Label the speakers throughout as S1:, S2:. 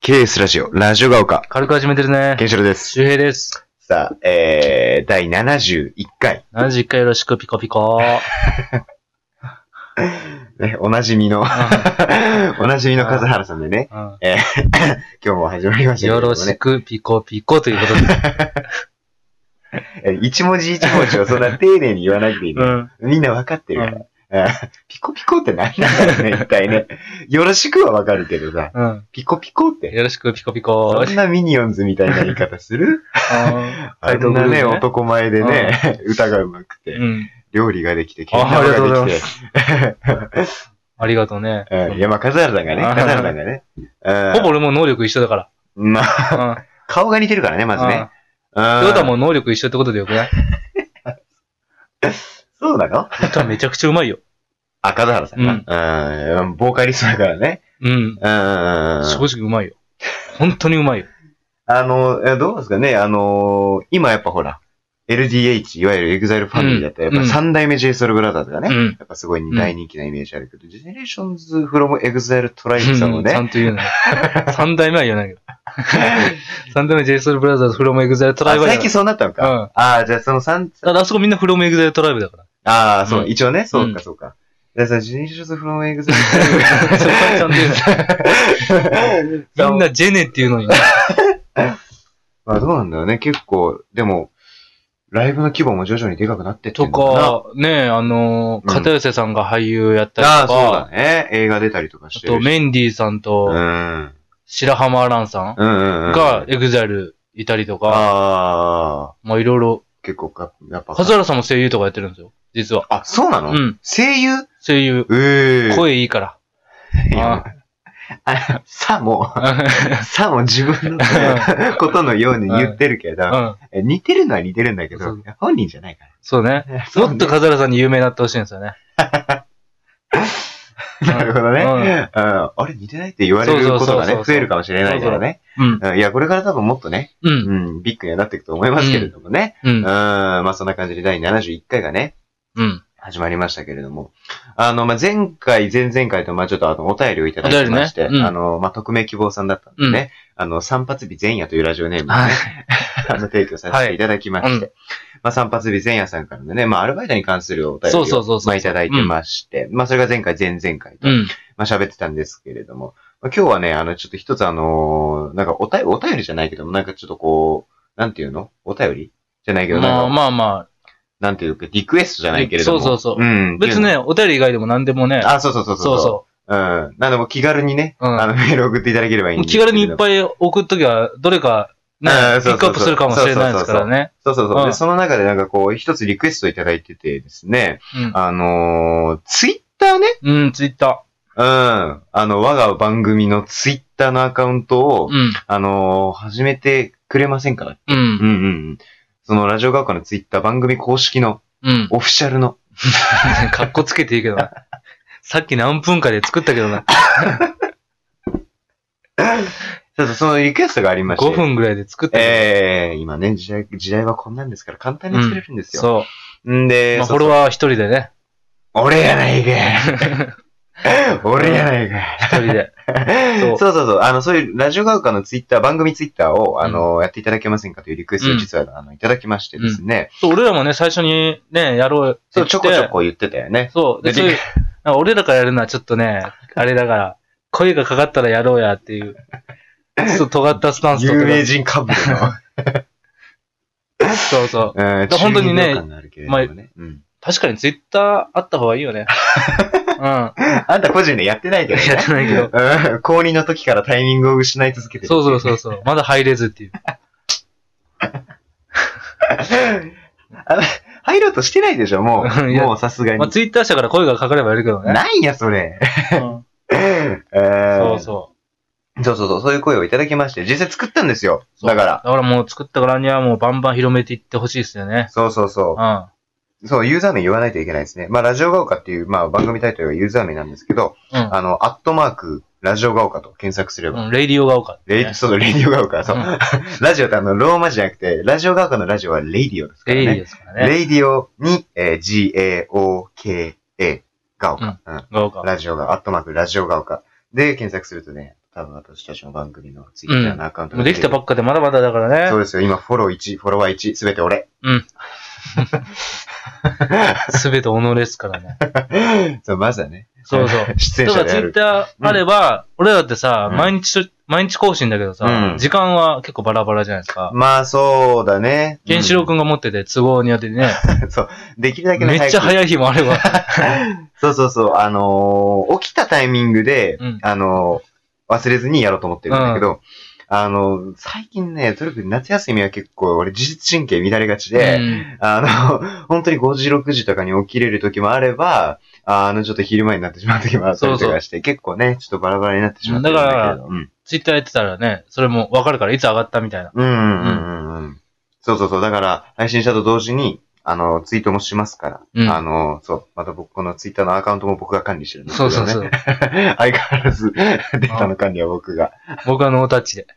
S1: KS ラジオ、ラジオが丘、
S2: 軽く始めてるね。
S1: ケンシロウです。
S2: 周平です。
S1: さあ、えー、第71回、
S2: 何時一回よろしく、ピコピコ。
S1: ね、おなじみの、 おなじみの笠原さんでね、
S2: うん
S1: 今日も始まりましたけ
S2: よ
S1: れども
S2: ろ
S1: ね。
S2: しく、ピコピコということで。
S1: え一文字一文字をそんな丁寧に言わなくて いい、ね
S2: ん。
S1: みんなわかってるから。あピコピコって何なんだろう ね、一体ね。よろしくはわかるけどさ、
S2: うん。
S1: ピコピコって。
S2: よろしく、ピコピコ。
S1: そんなミニオンズみたいな言い方するあ
S2: 斉藤
S1: んな
S2: ブルー
S1: ね、
S2: ね
S1: 男前でね、 歌がうまく
S2: う
S1: て、
S2: ん。
S1: 料理ができて、
S2: あありがとうございま
S1: て
S2: す。ありがとうね。
S1: うん、いや、まあ、笠原さんがね、
S2: あー
S1: 笠原さんがね。うん
S2: ほぼ、俺も能力一緒だか
S1: まあ、
S2: ら。うん。
S1: 顔が似てるからね、まず
S2: うん
S1: ね。うん
S2: トヨタも能力一緒ってことでよくない
S1: そうなの
S2: 歌めちゃくちゃうまいよ。
S1: あ、笠原さんが。うん。ボーカリストだからね。
S2: うん。
S1: うんうんうんう
S2: 正
S1: ん。
S2: 直うまいよ。本当にうまいよ。
S1: あの、えどうですかね、あのー、今やっぱほら、LDH、いわゆる EXILE ファミリーだったら、
S2: うん
S1: やっぱ三代目 JSOULBROTHERS が
S2: う
S1: ね、
S2: ん。
S1: やっぱすごい大人気なイメージあるけど、Generations from EXILE Tribe さんを
S2: うんちゃ
S1: ね、
S2: んと言うね。三代目は 言わないけど。三代目 JSOULBROTHERS from EXILE トラ
S1: あ
S2: イブだ
S1: 最
S2: か
S1: 近そうなったの
S2: ら。
S1: か。
S2: うん。
S1: ああ、じゃあその三
S2: だからあそこみんな from EXILE トライブだから。
S1: ああ、そう、
S2: うん
S1: 一応ね、そううんか、そうか。でさ、ジェネシス・フロム・エグザイ
S2: そこはちゃんと言うね。
S1: ル。
S2: みんな、ジェネっていうのにね。
S1: まあどうなんだよね、結構、でも、ライブの規模も徐々にでかくなってって
S2: と
S1: んのな
S2: か、ねえ、あのー、
S1: うん
S2: 片寄さんが俳優やったり
S1: ああ、
S2: と
S1: そう
S2: か
S1: だ、ね。映画出たりとかし
S2: あ
S1: てるし。
S2: とメンディーさん
S1: うん。う
S2: と
S1: ん
S2: 白浜蘭さん
S1: うんうん。
S2: が、エグザイルいたりとか、
S1: ああ、
S2: まあいろいろ、
S1: 結構か、やっぱ。
S2: 笠原さんも声優とかやってるんですよ、実は。
S1: あ、そうなの
S2: うん。
S1: 声優
S2: 声優。
S1: ええ。
S2: 声いいから。
S1: いやあさも、さも自分のことのように言ってるけど
S2: う、ん。
S1: え似てるのは似てるんだけ
S2: そ
S1: ど
S2: う、
S1: 本人じゃないから。
S2: そうね。
S1: そう
S2: も
S1: ね
S2: っと笠原さんに有名になってほしいんですよね。
S1: なるほどね。う
S2: うんん
S1: あれ似てないって言われることが
S2: そうそうそう
S1: ね
S2: そ、う
S1: 増えるかもしれないからね。
S2: うん。
S1: うんいや、これから多分もっとね、
S2: う。
S1: うんん、ビッグにはなっていくと思いますけれどもね。
S2: う
S1: うん、
S2: ん。
S1: まあそんな感じで第71回がね、
S2: うん。
S1: 始まりましたけれども。あの、まあ前回、前々回と、まあちょっとあの、お便りをいただきまして、
S2: お便りねうん
S1: あの、まあ匿名希望さんだったんでね、あの、散髪日前夜というラジオネームでね、
S2: はい。
S1: あの、提供させていただきまして、
S2: はいうん
S1: まあ、散髪日前夜さんからのね、まあ、アルバイトに関するお便り
S2: そうそうそ
S1: を
S2: うそ
S1: ま
S2: う
S1: あいただいてまして、まあ、それが前回、前々回と、
S2: うん。
S1: まあ、喋ってたんですけれども、まあ、今日はね、あの、ちょっと一つあのーなんかお便り、お便りじゃないけども、なんかちょっとこう、なんていうのお便りじゃないけど、
S2: ま
S1: な
S2: あ
S1: んか、
S2: まあま
S1: なんていうか、リクエストじゃないけれども。
S2: そうそう
S1: う
S2: そう
S1: ん
S2: あ。。別
S1: っ
S2: に
S1: ていう
S2: ね、お便り以外でも何でもね。
S1: の。あ、そうそうそうそう。。
S2: そうそう
S1: ん。なんでもう気軽にね、
S2: うん
S1: あの、メール送っていただければいいん
S2: う。
S1: ですけ
S2: 気
S1: れど
S2: 軽にいっぱい送っときゃ、どれか、ね
S1: うん、
S2: ピ
S1: そうそうそう
S2: ックアップするかもしれないですからね。
S1: そうそうそう。
S2: う
S1: で、
S2: ん
S1: その中でなんかこう、一つリクエストいただいててですね、
S2: うん
S1: あのー、ツイッターね。
S2: うん、ツイッタ
S1: うん。あの、我が番組のツイッターのアカウントを、
S2: ー。うん。
S1: あのー始めてくれませんから。
S2: う
S1: うん
S2: ん。
S1: うんうん。その、ラジオ学科のツイッター番組公式の、
S2: うん。
S1: オフィシャルの。
S2: かっこつけていいけ どな。さっき何分かで作ったけどな。
S1: そうそう、そのリクエストがありまして。
S2: 5。分ぐらいで作ったけ
S1: ええ今ね、時代、時代はこんなんですから、簡単に作れるんです
S2: ど。
S1: よ。
S2: そ
S1: ん
S2: う。
S1: で、
S2: まあ、
S1: そ
S2: フォ
S1: う
S2: ロワー一人で ね。
S1: 俺やないかい俺やないかい
S2: 一人で。
S1: そ
S2: そ
S1: そ
S2: うう
S1: うそうあの、そういう、ラジオが丘のツイッター、番組ツイッターを、あの、やっていただけませんかというリクエストを実は、あの、いただきましてですね。
S2: そう、俺らもね、最初にね、やろうって
S1: そ
S2: 言
S1: う、
S2: って。
S1: ちょこちょこ言ってたよね。
S2: そう。で、
S1: で
S2: そういう、なんか俺らからやるのはちょっとね、あれだから、声がかかったらやろうやっていう、ちょっと尖ったスタンスと
S1: 有名
S2: か。
S1: 人かぶ れの。
S2: そうそう。
S1: うん
S2: だ本当にね
S1: 中二病感のあるけれどもねうん
S2: 確かにツイッターあった方がいいよ ね。うん。
S1: あんた個人でやってないけどね。
S2: やってないけ ど
S1: うん。高2の時からタイミングを失い続けてる。
S2: そうそうそうそう。まだ入れずっていう。
S1: あの入ろうとしてないでしょ、もう。
S2: いや
S1: もうさすがに
S2: まあ、。ツイッター社から声がかかればやるけどね。
S1: ないや、それ。
S2: うんそ
S1: そうそ
S2: そ
S1: うそうそう、そういう声をいただきまして、実際作ったんですよ。
S2: う。
S1: だから。
S2: だからもう作ったからにはもうバンバン広めていってほしいですよね。
S1: そうそうそう
S2: う。ん。
S1: そう、ユーザー名言わないといけないですね。まあ、ラジオが丘っていう、まあ、番組タイトルがユーザー名なんですけど、
S2: うん
S1: あの、アットマーク、ラジオが丘と検索すれば、
S2: うん。レイディオが多かった、
S1: レイ、そう、レディオが丘、そう。
S2: うん
S1: ラジオってあの、ローマ字じゃなくて、ラジオが丘のラジオはレイディオですから
S2: レ
S1: ね。
S2: イディオですからね。
S1: レイディオに、えー G-A-O-K-A が丘、うん
S2: が多かった。
S1: ラジオが、アットマーク、ラジオが丘で検索するとね、多分私たちの番組のツイッターのアカウント
S2: もうできたば
S1: っ
S2: っかでまだまだだから
S1: そう
S2: ね。
S1: ですよ。今、フォロー1、フォロワー1、すべて俺。
S2: うん。すべて己ですからね。
S1: そう、まずはね。
S2: そうそう。
S1: 出演
S2: だか
S1: 者
S2: ら
S1: で
S2: ツイ
S1: あ
S2: ッ
S1: る。
S2: ターあれば、俺らってさ、
S1: うん
S2: 毎日し、毎日更新だけどさ、
S1: うん
S2: 時間は結構バラバラじゃないですか。
S1: まあ、そうだね。
S2: ケンシロウくんが持ってて都合によってね、
S1: うんできるだけの
S2: めっちゃ
S1: い。
S2: 早い日もあれ ば。
S1: そうそうそう。あのー起きたタイミングで、
S2: うん
S1: あのー忘れずにやろうと思ってるんだけど、あのー最近ね、とにかく夏休みは結構、俺、自律神経乱れがちで、
S2: うん
S1: あの、 本当に5時、6時とかに起きれる時もあれば、あの、ちょっと昼前になってしまう時もあったりとかして、結構ね、ちょっとバラバラになってしまってるんだけど。うん
S2: ツイッターやってたらね、それもわかるから、いつ上がったみたいな。
S1: うんうんうんうん。そうそうそう。だから、配信したと同時に、あの、ツイートもしますから。
S2: うん
S1: あの、そう。また僕、このツイッターのアカウントも僕が管理してるんですけ
S2: そ
S1: ど、
S2: う
S1: ね。
S2: そうそう。
S1: 相変わらず、データの管理は僕が。
S2: 僕はノータ ッチで。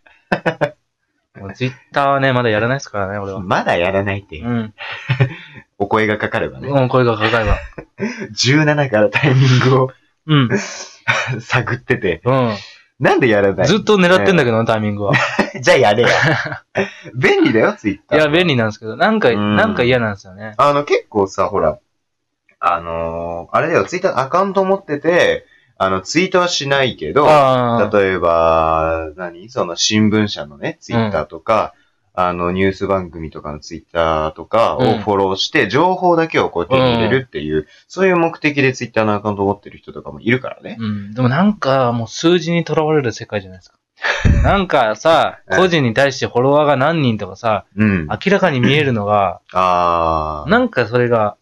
S2: もうツイッターはね、まだやらないですからね、俺は。
S1: まだやらないっていうう、
S2: ん。
S1: お声がかかればね、
S2: もう声がかかれば。
S1: 17からタイミングを
S2: うん。
S1: 探ってて、
S2: う。
S1: なんでやらなんい
S2: ずっと狙ってんだけどな、タイミングは。
S1: じゃあやれよ。便利だよ、ツイッ
S2: い
S1: ター。
S2: や、便利なんですけど、なんか、
S1: うん
S2: なんか嫌なんですよね。
S1: あの、結構さ、ほら、あのーあれだよ、ツイッターのアカウント持ってて、あの、ツイートはしないけど、
S2: ああ。
S1: 例えば、何その新聞社のね、ツイッターとか、あの、ニュース番組とかのツイッターとか
S2: う
S1: を
S2: ん
S1: フォローして、情報だけをこう手に入れるっていう、そういう目的でツイッターのアカウント持ってる人とかもいるからね。
S2: うん。でもなんか、もう数字にとらわれる世界じゃな いですか。なんかさ、
S1: うん
S2: 個人に対してフォロワーが何人とかさ、
S1: うん。あ
S2: 明らかに見えるのが、
S1: あー。
S2: なんかそれが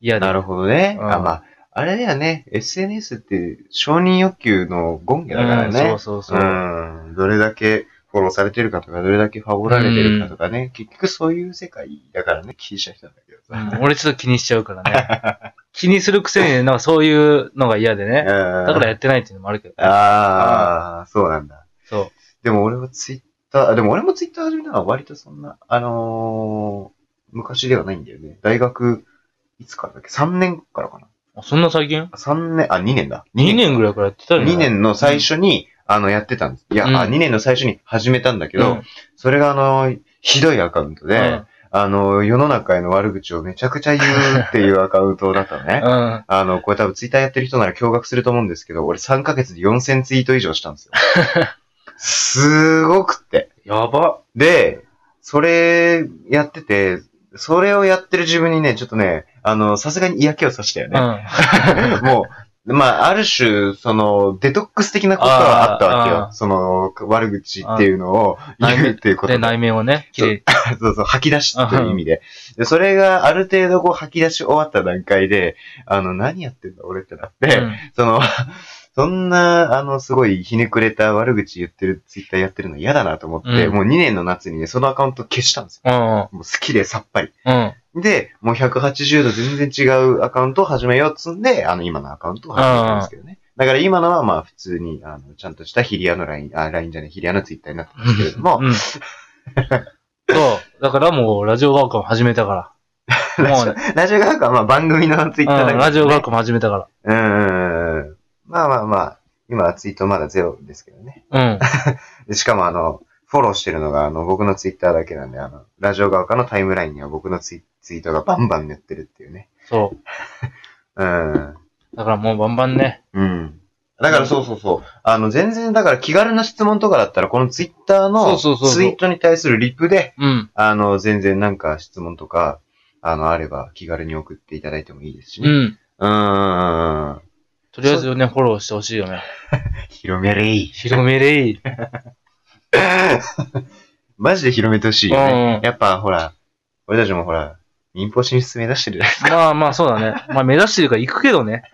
S2: 嫌で。
S1: なるほどね。
S2: うん
S1: あ、まあ、あれだよね。SNS って承認欲求の権下だからね。
S2: うんそうそうそう。
S1: うんどれだけフォローされてるかとか、どれだけファボられてるかとかね。結局そういう世界だからね、気にしちゃったんだけど
S2: う
S1: さ。
S2: ん、俺ちょっと気にしちゃうからね。気にするくせにね、なんかそういうのが嫌でね。だ
S1: だ
S2: からやってないっていうのもあるけど。
S1: ああ、そうなんだ。
S2: そう。
S1: でも俺はツイッター、でも俺もツイッター始めたのは割とそんな、あのー昔ではないんだよね。大学、いつからだっけ ?3 年からかな。
S2: あそんな最近
S1: 3年、あ、2年だ。
S2: ?2 年ぐらいからやってたよね。
S1: 2年の最初に、あの、やってたんです。いや、
S2: うん
S1: あ2年の最初に始めたんだけど、
S2: うん
S1: それがあの、ひどいアカウントで、
S2: うん
S1: あの、世の中への悪口をめちゃくちゃ言うっていうアカウントだったのね。
S2: う
S1: あ
S2: ん。
S1: の、これ多分ツイッターやってる人なら驚愕すると思うんですけど、俺3ヶ月で4000ツイート以上したんですよ。すごくって。
S2: やば。
S1: で、それやってて、それをやってる自分にね、ちょっとね、あの、さすがに嫌気をさしたよ
S2: う
S1: ね。
S2: ん。
S1: もう、まあ、ある種、その、デトックス的なことはあったわけ
S2: あー
S1: よ
S2: あ。ー
S1: その、悪口っていうのを言うっていうこと
S2: で、
S1: が
S2: 内面をね、きれい。
S1: そうそう、吐き出しという意味で。で、それがある程度こう吐き出し終わった段階で、あの、何やってんだ俺ってなって、
S2: うん
S1: その、 そんな、あの、すごいひねくれた悪口言ってるツイッターやってるの嫌だなと思って、
S2: うん
S1: もう2年の夏にね、そのアカウント消したんですよ。
S2: うん。
S1: もう好きでさっぱり。
S2: うん。
S1: で、もう180度全然違うアカウントを始めようっつんで、あの、今のアカウントを始めたんですけどね。だから今のはまあ普通に、あの、ちゃんとしたヒリアのライン、あ、ラインじゃない、ヒリアのツイッターになったんですけれども、
S2: うん。そう。だからもう、ラジオ学科も始めたか
S1: ラジオ
S2: もう
S1: ラジオ学はまあ番組のツイッターだ
S2: ら。
S1: から、
S2: うん。ラジオ学科も始めたか
S1: うんうんうん。まあまあまあ、今はツイートまだゼロですけどね。
S2: ら。
S1: でしかもあの、フォローしてるのがあの、僕のツイッターだけなんで、あの、ラジオ側のタイムラインには僕のツイツイートがバンバン塗ってるっていうね。
S2: うん。そ
S1: うん。
S2: う。だからもうバンバンね。
S1: うん。だからそうそうそう。あの、全然、だから気軽な質問とかだったら、このツイッターの
S2: そうそうそうそう
S1: ツイートに対するリプで、
S2: うん。
S1: あの、全然なんか質問とか、あの、あれば気軽に送っていただいてもいいですし
S2: う
S1: ね。
S2: ん。
S1: うん。ん。
S2: とりあえずね、フォローしてほしいよね。
S1: 広めれい。
S2: 広めれ い。
S1: マジで広めてほしいよ
S2: うんう
S1: ね
S2: ん。
S1: やっぱほら、俺たちもほら、民放進出目指してるじゃない
S2: まあまあ、そうだね。まあ、目指してるから行くけどね。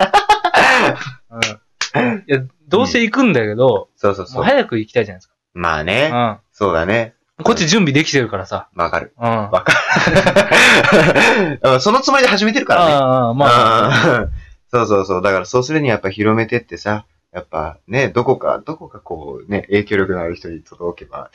S2: うん。いや、どうせ行くんだけど、
S1: そうそう
S2: も
S1: そうう。
S2: 早く行きたいじゃないです
S1: まあ
S2: か。
S1: ね、そうだね。
S2: うん。こっち準備できてるからさ。
S1: わかる。
S2: うん。あ
S1: わかる。そのつもりで始めてるからね。
S2: あ、まあ。
S1: あー。そうそうそう。だからそうするにはやっぱ広めてってさ、やっぱね、どこか、どこかこうね、影響力のある人に届けば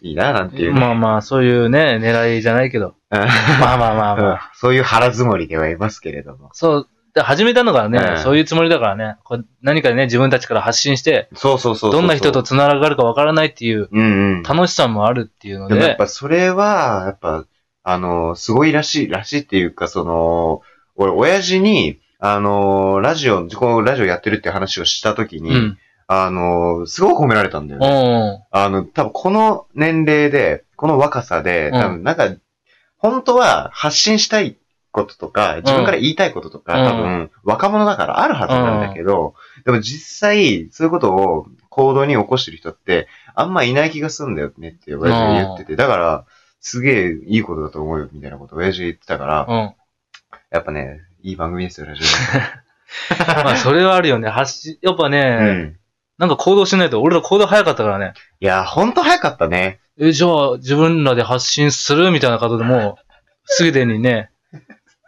S1: いいな、なんていうね、
S2: まあまあ、そういうね、 狙いじゃないけど。
S1: うん
S2: まあまあまあまあ。
S1: そういう腹積もりではいますけれども。
S2: そう。で始めたのがね、
S1: ええ
S2: そういうつもりだからね、こう何かね、自分たちから発信して、
S1: そうそうそうそう。
S2: どんな人と繋がるかわからないっていう
S1: うんうん。
S2: 楽しさもあるっていうの
S1: でもやっ
S2: で、
S1: ぱそれは、やっぱ、あの、すごいらしい、らしいっていうか、その、俺、親父に、あの、ラジオ、自己ラジオやってるって話をしたとき
S2: う
S1: に、
S2: ん。
S1: あの、すごく褒められたんだよ
S2: う
S1: ね。
S2: ん。
S1: あの、多分この年齢で、この若さで、
S2: うん
S1: 多分なんか、本当は発信したいこととか、自分から言いたいこととか、
S2: うん
S1: 多分若者だからあるはずなんだけど、でも実際、そういうことを行動に起こしてる人って、あんまいない気がするんだよねって親父が言ってて、だから、すげえいいことだと思うよ、みたいなことを親父が言ってたから、
S2: うん。
S1: やっぱね、いい番組ですよ、ラジ
S2: まあ、それはあるよね。発信、やっぱね、
S1: オ。うん。
S2: なんか行動しないと、俺ら行動早かったからね。
S1: いや、ほんと早かったね。
S2: え、じゃあ、自分らで発信するみたいなことで もう、すでにね、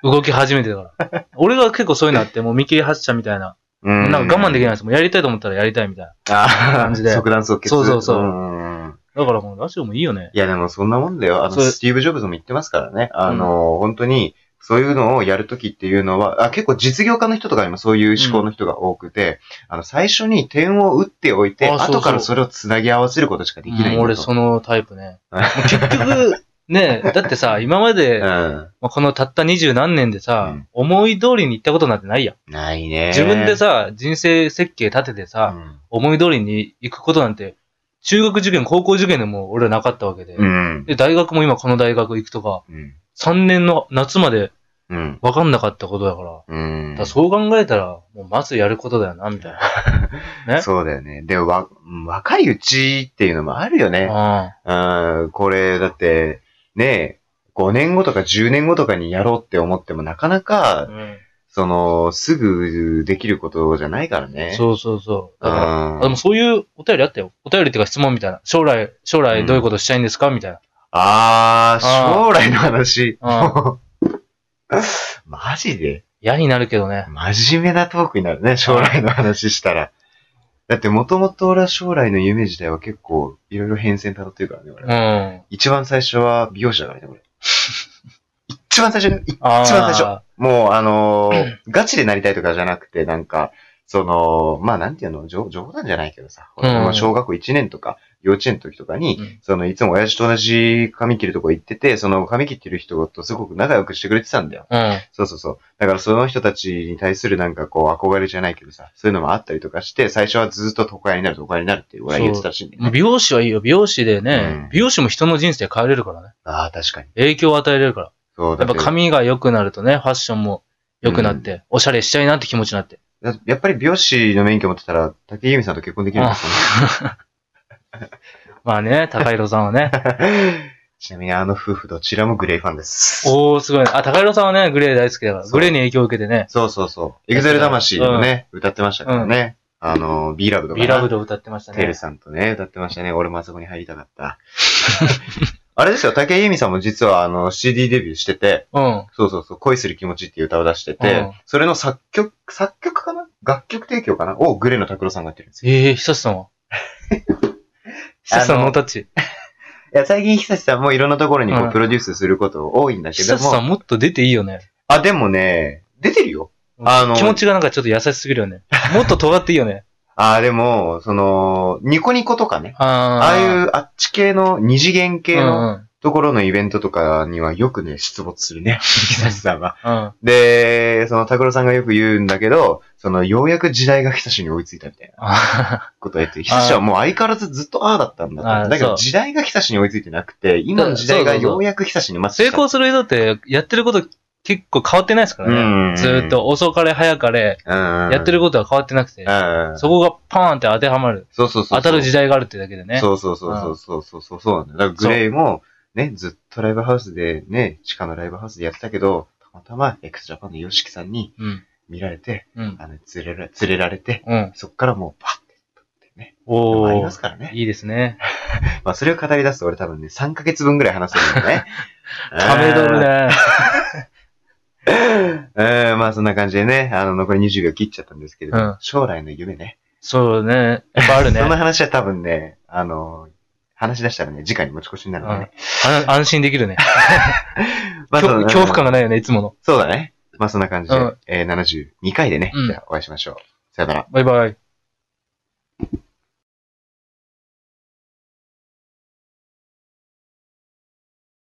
S2: 動き始めてたから。俺が結構そういうのあって、もう見切り発車みたいな。
S1: う
S2: なんんか我慢できないです。もうやりたいと思ったらやりたいみたいな。
S1: あ
S2: 感
S1: あ、
S2: じで
S1: 即断即決。
S2: そうそうそうん
S1: んうん
S2: だからもうラジオもいいよね。
S1: いや、でもそんなもんだよ。あの、
S2: そう
S1: スティーブ・ジョブズも言ってますからね。あの、本当に、そういうのをやるときっていうのは、あ、結構実業家の人とかにもそういう思考の人が多くて、あの、最初に点を打っておいて、
S2: あそうそう
S1: 後からそれを繋ぎ合わせることしかできないんだと
S2: もう俺そのタイプね。もう結局、 ね、だってさ、今まで、
S1: う
S2: まあこのたった二十何年でさ、
S1: うん
S2: 思い通りに行ったことなんてないやん。
S1: ん。ないね。
S2: 自分でさ、人生設計立てて
S1: う
S2: さ、
S1: ん、
S2: 思い通りに行くことなんて、中学受験、高校受験でも俺はなかったわけで。
S1: うん。
S2: で、大学も今この大学行くとか、
S1: うん。
S2: 3年の夏まで
S1: うん。
S2: 分かんなかったことだから。
S1: うん
S2: だからそう考えたら、もうまずやることだよな、みたいな。ね。
S1: そうだよね。で、わ、若いうちっていうのもあるよね。
S2: あ
S1: うん、これ、だって、ねえ、5年後とか10年後とかにやろうって思ってもなかな
S2: あ、
S1: か、
S2: うん
S1: その、すぐできることじゃないからね。う。
S2: そうそうそう。だから、
S1: あ
S2: あでもそういうお便りあったよ。お便りっていうか質問みたいな。将来、将来どういうことしたいんですかみたいな。
S1: あー、
S2: あー
S1: 将来の話。
S2: あ
S1: マジで
S2: 嫌になるけどね。
S1: 真面目なトークになるね、将来の話したら。だって、もともと俺は将来の夢自体は結構、いろいろ変遷たどってるからね、俺。
S2: うん。
S1: 一番最初は美容師だからね、 俺。一番最初に、
S2: あー
S1: 一番最初。もう、あのーガチでなりたいとかじゃなくて、なんか、その、まあ、なんていうの、冗冗談じゃないけどさ、
S2: うん
S1: まあ小学校1年とか、幼稚園の時とかに、
S2: うん
S1: その、いつも親父と同じ髪切るとこ行ってて、その髪切ってる人とすごく仲良くしてくれてたんだよ。
S2: うん。
S1: そうそうそう。だからその人たちに対するなんかこう、憧れじゃないけどさ、そういうのもあったりとかして、最初はずっと都会になる、都会になるって俺は言ってたらしいんだよ
S2: もう
S1: ね。
S2: 美容師はいいよ。美容師で
S1: う
S2: ね
S1: ん、
S2: 美容師も人の人生変えれるからね。
S1: ああ、確かに。
S2: 影響を与えれるから。
S1: そうだ
S2: やっぱ髪が良くなるとね、ファッションも良くなって、おしゃれしたいなって気持ちになって。
S1: だやっぱり美容師の免許持ってたら、竹井由美さんと結婚できるんですよね。
S2: ま あね、高弘さんはね。
S1: ちなみにあの夫婦どちらもグレイファンです。
S2: おー、すごいね。あ、高弘さんはね、グレー大好きだから、
S1: そう
S2: グレーに影響を受けてね、
S1: そうそうそう。エグゼル魂をね、歌ってましたからね。あの、B ラブとかな。
S2: ビラブド歌ってました
S1: テ
S2: ね
S1: ル。さんとね、歌ってましたね。俺もあそこに入りたかった。 あれですよ、竹井由美さんも実はあの CD デビューしてて、
S2: うん。
S1: そうそうそう、恋する気持ちっていう歌を出してて、
S2: うん
S1: それの作曲、作曲かな楽曲提供かなをグレーの拓郎さんがやってるんですよ。
S2: ええー、久志 さんは久志さんノータッチ。
S1: いや、最近久志さんもいろんなところにこ
S2: うん
S1: うプロデュースすること多いんだけ
S2: 久
S1: ど
S2: 志さん
S1: も、
S2: もっと出ていいよね。
S1: あ、でもね、出てるよ。あの
S2: 気持ちがなんかちょっと優しすぎる よね。もっと尖っていいよね。
S1: ああ、でも、その、ニコニコとかね。
S2: あー
S1: ああいう、あっち系の、二次元系
S2: うん
S1: の
S2: うん
S1: ところのイベントとかにはよくね、出没する ね。久志さんは。
S2: うん。
S1: で、その、拓郎さんがよく言うんだけど、その、ようやく時代が久志に追いついたみたいな
S2: あ
S1: ことを言って、久志はもう相変わらずずっとああだったんだ
S2: あ
S1: と。
S2: ー
S1: だけ
S2: そ
S1: ど、
S2: う
S1: 時代が久志に追いついてなくて、今の時代がようやく久志にマッ
S2: ー
S1: チ
S2: 成
S1: した。
S2: 功する人って、やってること結構変わってないですからね。
S1: うん
S2: ずーっと遅かれ早かれ、や
S1: や
S2: ってることは変わってなくて
S1: う、ん。
S2: そこがパーンって当てはまる。
S1: そうそうそう。
S2: 当たる時代があるってだけでね。
S1: そうそうそうそうそうそうそうなんだよ。だからグレイも、ね、ずっとライブハウスで、ね、地下のライブハウスでやってたけど、たまたま x ジャパンの YOSHIKI さんに
S2: うん。
S1: 見られて、
S2: うん。
S1: あの、連れら連れられて、
S2: うん。
S1: そっからもうパッて撮ってね。
S2: お
S1: あり
S2: ー
S1: ますからね。
S2: いいですね。
S1: まあ、それを語り出すと俺多分ね、3ヶ月分ぐらい話せるんだ よね。
S2: ため取る
S1: ね。
S2: ね。
S1: うん、まあそんな感じでね、あの、残り20秒切っちゃったんですけれど、
S2: うん
S1: 将来の夢ね。
S2: そうね。やっぱある
S1: そ
S2: ね。
S1: の
S2: うん
S1: 話は多分ね、あの、話し出したらね、次回に持ち越しになるのでね。
S2: あ安心できるね。
S1: まあ
S2: 恐
S1: そう
S2: 恐怖感がないよね、いつもの。
S1: そうだね。まあそんな感じで、
S2: うん
S1: えー72回でね、
S2: うん
S1: じゃあお会いしましょう。さよなら。
S2: バイバイ。